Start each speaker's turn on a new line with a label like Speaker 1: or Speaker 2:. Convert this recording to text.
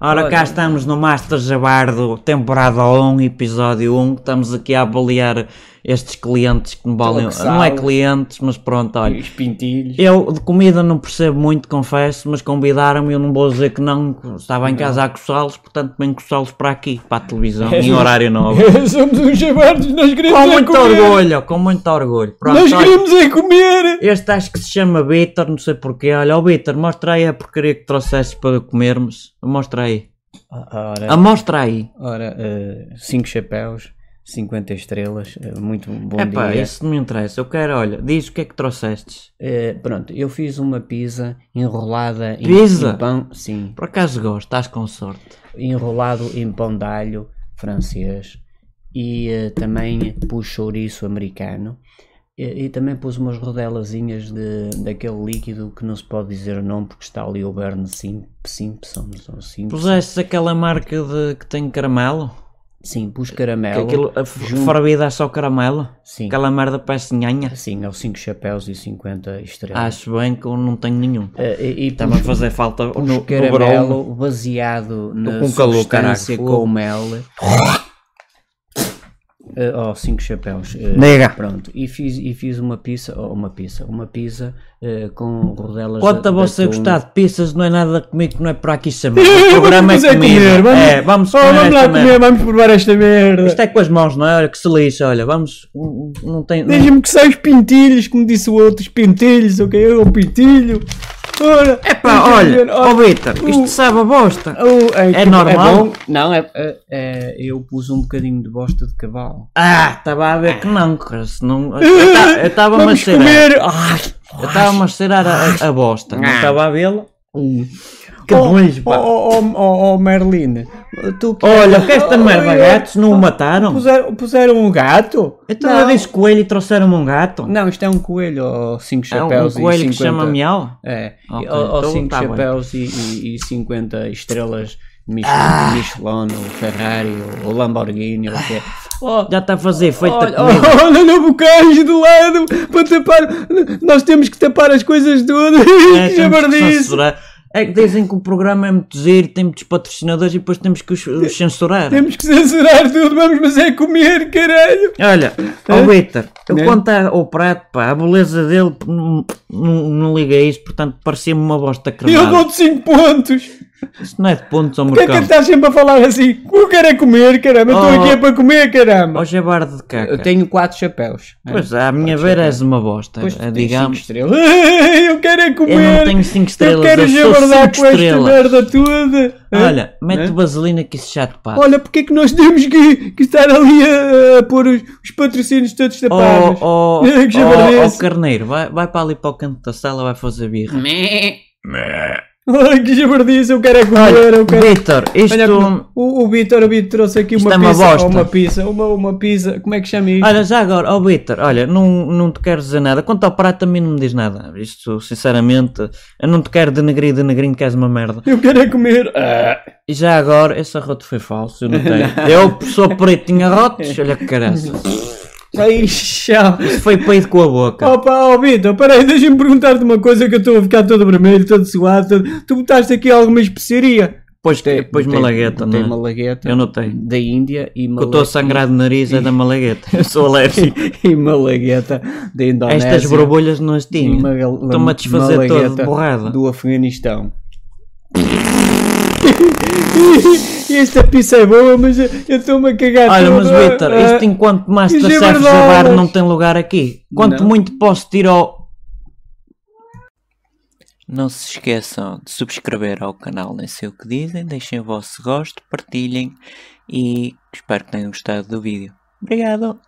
Speaker 1: Ora, cá
Speaker 2: Olha.
Speaker 1: estamos no Master Jabardo, temporada 1, episódio 1. Estamos aqui a avaliar estes clientes que me valem.
Speaker 2: que
Speaker 1: Não é
Speaker 2: sabes.
Speaker 1: clientes, mas pronto, olha.
Speaker 2: Os pintilhos.
Speaker 1: Eu de comida não percebo muito, confesso, mas convidaram-me e eu não vou dizer que não. que Estava em casa a coçá-los, portanto vem coçá-los para aqui, para a televisão, em horário novo.
Speaker 2: Somos uns jabardos, nós queremos
Speaker 1: Com
Speaker 2: é
Speaker 1: muito
Speaker 2: comer.
Speaker 1: orgulho, com muito orgulho. Pronto,
Speaker 2: Nós
Speaker 1: olha,
Speaker 2: queremos é comer.
Speaker 1: Este acho que se chama Bitter, não sei porquê. Olha, ó Bitter, mostra aí a porcaria que trouxeste para comermos. Mostra aí.
Speaker 2: Ora,
Speaker 1: Ah, mostra aí.
Speaker 2: ora eh, cinco chapéus, 50 estrelas, eh, muito bom
Speaker 1: Epá,
Speaker 2: dia.
Speaker 1: isso não me interessa. Eu quero, olha, diz o que é que trouxestes.
Speaker 2: Eh, pronto, eu fiz uma pizza enrolada em-
Speaker 1: Pizza?
Speaker 2: em pão, sim,
Speaker 1: Por acaso gosto, estás com sorte.
Speaker 2: enrolado em pão de alho francês e eh, também pus chouriço americano e, e também pus umas rodelazinhas de, daquele líquido que não se pode dizer o nome porque está ali o Bern Sim- Simpsons ou Simpsons.
Speaker 1: Puseste aquela marca de que tem caramelo?
Speaker 2: Sim, pus
Speaker 1: Que
Speaker 2: caramelo.
Speaker 1: aquilo, a f-
Speaker 2: junto-
Speaker 1: fora vida é só caramelo?
Speaker 2: Sim,
Speaker 1: Aquela merda parece nhanha?
Speaker 2: sim, aos 5 chapéus e 50 estrelas.
Speaker 1: Acho bem que eu não tenho nenhum.
Speaker 2: Eh, e e
Speaker 1: Está-me a
Speaker 2: pus-
Speaker 1: fazer falta no,
Speaker 2: pus
Speaker 1: no verão.
Speaker 2: caramelo é baseado na
Speaker 1: com calor, caralho,
Speaker 2: substância
Speaker 1: fogo.
Speaker 2: com mel. Eh, oh, cinco chapéus. eh,
Speaker 1: Nega.
Speaker 2: Pronto, e fiz, e fiz uma pizza, oh, uma pizza, uma pizza eh, com rodelas
Speaker 1: Quanto a
Speaker 2: de
Speaker 1: tá você
Speaker 2: atum.
Speaker 1: gostar de pizzas, não é nada comigo, não é por aqui chamar. O programa é comida. é, vamos comer esta merda.
Speaker 2: vamos provar esta merda.
Speaker 1: Isto é com as mãos, não é? Olha que se lixa, olha, vamos. Não tem. não-
Speaker 2: Diz-me que são os pintilhos, como disse o outro, os pintilhos, ok? É um pintilho. Ora,
Speaker 1: Epá, olha, ó Vitor, isto
Speaker 2: uh.
Speaker 1: sabe a bosta.
Speaker 2: Oh,
Speaker 1: É
Speaker 2: que-
Speaker 1: normal?
Speaker 2: bom. Não, é, é- é- Eu pus um bocadinho de bosta de cavalo.
Speaker 1: Ah, estava a ver que não, cara. se não- Eu ta- eu estava-me a cheirar.
Speaker 2: Ai,
Speaker 1: Eu estava-me a cheirar a, a- a bosta. Não estava a vê-la. Que
Speaker 2: oh,
Speaker 1: bons,
Speaker 2: oh,
Speaker 1: pá.
Speaker 2: oh, oh, oh, oh, Merlin, tu que-
Speaker 1: Olha, que esta merda,
Speaker 2: Oh,
Speaker 1: gatos não o mataram?
Speaker 2: Puseram, puseram um gato?
Speaker 1: Então
Speaker 2: não,
Speaker 1: eu disse coelho e trouxeram-me um gato.
Speaker 2: Não, isto é um coelho, ó, cinco
Speaker 1: É um,
Speaker 2: chapéus
Speaker 1: coelho
Speaker 2: e 50...
Speaker 1: que se chama miau.
Speaker 2: É, e-
Speaker 1: Ok,
Speaker 2: ó, ó,
Speaker 1: então
Speaker 2: cinco
Speaker 1: tá bem.
Speaker 2: chapéus e, e, e 50 estrelas Michelin,
Speaker 1: Ah!
Speaker 2: Michelin, ou Ferrari, ou, ou Lamborghini, ou o que é. Ó,
Speaker 1: Já está a fazer feita
Speaker 2: Olha,
Speaker 1: comida.
Speaker 2: olha no bocage de lado para tapar. Nós temos que tapar as coisas todas.
Speaker 1: É,
Speaker 2: que
Speaker 1: temos que
Speaker 2: jabardice.
Speaker 1: censurar. É que dizem que o programa é muito giro, tem muitos patrocinadores e depois temos que os, os censurar.
Speaker 2: Temos que censurar tudo. Vamos, mas é comer, caralho.
Speaker 1: Olha, ó Vitor, eu
Speaker 2: Né?
Speaker 1: quanto a- ao prato, pá, a beleza dele p- não, não, não liga a isso, portanto parecia-me uma bosta
Speaker 2: Eu
Speaker 1: cremada.
Speaker 2: dou-te 5 pontos.
Speaker 1: Isto não é de pontos ao
Speaker 2: Porquê é que
Speaker 1: mercado.
Speaker 2: estás sempre a falar assim? Eu quero é comer, caramba. Estou
Speaker 1: Oh.
Speaker 2: aqui é para comer, caramba.
Speaker 1: Hoje é bar de caca.
Speaker 2: tenho 4 chapéus.
Speaker 1: Pois, à minha beira és uma bosta, é, digamos.
Speaker 2: estrelas. Eu quero é
Speaker 1: Eu
Speaker 2: comer.
Speaker 1: não tenho 5
Speaker 2: eu
Speaker 1: estrelas, eu,
Speaker 2: quero
Speaker 1: sou 5
Speaker 2: jabardar com esta
Speaker 1: estrelas.
Speaker 2: merda toda.
Speaker 1: Olha, mete
Speaker 2: Né?
Speaker 1: vaselina que isso chato pá.
Speaker 2: Olha, porque é que nós temos que, que estar ali a, a pôr os, os patrocínios todos
Speaker 1: Oh,
Speaker 2: tapados?
Speaker 1: oh,
Speaker 2: É Que
Speaker 1: oh,
Speaker 2: jabardice.
Speaker 1: carneiro, vai, vai para ali para o canto da sala, vai fazer birra.
Speaker 2: Ai, que jabardice, eu quero é comer, eu quero...
Speaker 1: Vitor, isto.
Speaker 2: Olha, como- o, o Vitor, o Vitor trouxe aqui
Speaker 1: Isto
Speaker 2: uma
Speaker 1: é uma
Speaker 2: pizza,
Speaker 1: bosta.
Speaker 2: uma pizza, uma, uma pizza, como é que chama isto?
Speaker 1: Olha, já agora, ó Vitor, olha, não, não te quero dizer nada. Quanto ao prato, também não me diz nada. Isto, sinceramente, eu não te quero denegrir, denegrindo que és uma merda.
Speaker 2: Eu quero é comer. Ah,
Speaker 1: E já agora, esse arroto foi falso, eu não tenho. eu sou preto, tinha arrotos, olha que caraças.
Speaker 2: ai, chão.
Speaker 1: Isso foi peito com a boca.
Speaker 2: Opa, oh Vitor, peraí, deixa-me perguntar-te uma coisa que eu estou a ficar todo vermelho, todo suado. todo- Tu botaste aqui alguma especiaria?
Speaker 1: Pois, pois malagueta,
Speaker 2: Tem
Speaker 1: não é?
Speaker 2: malagueta.
Speaker 1: Eu não tenho.
Speaker 2: Da Índia e
Speaker 1: Que eu estou a sangrar do nariz, é da malagueta. Eu sou alérgico.
Speaker 2: e malagueta da Indonésia.
Speaker 1: Estas borbulhas não as tinha.
Speaker 2: Uma gal-
Speaker 1: Estou-me a desfazer
Speaker 2: malagueta
Speaker 1: todo de borrada.
Speaker 2: Do Afeganistão. Esta pizza é boa, mas eu eu estou-me a cagar
Speaker 1: Olha, mas
Speaker 2: todo.
Speaker 1: Vitor,
Speaker 2: Ah,
Speaker 1: isto enquanto
Speaker 2: Isso é
Speaker 1: Masterchef
Speaker 2: verdade.
Speaker 1: Jabar não tem lugar aqui. Quanto
Speaker 2: Não.
Speaker 1: muito posso tirar ao. Não se esqueçam de subscrever ao canal Nem Sei O Que Dizem, deixem o vosso gosto, partilhem e espero que tenham gostado do vídeo. Obrigado!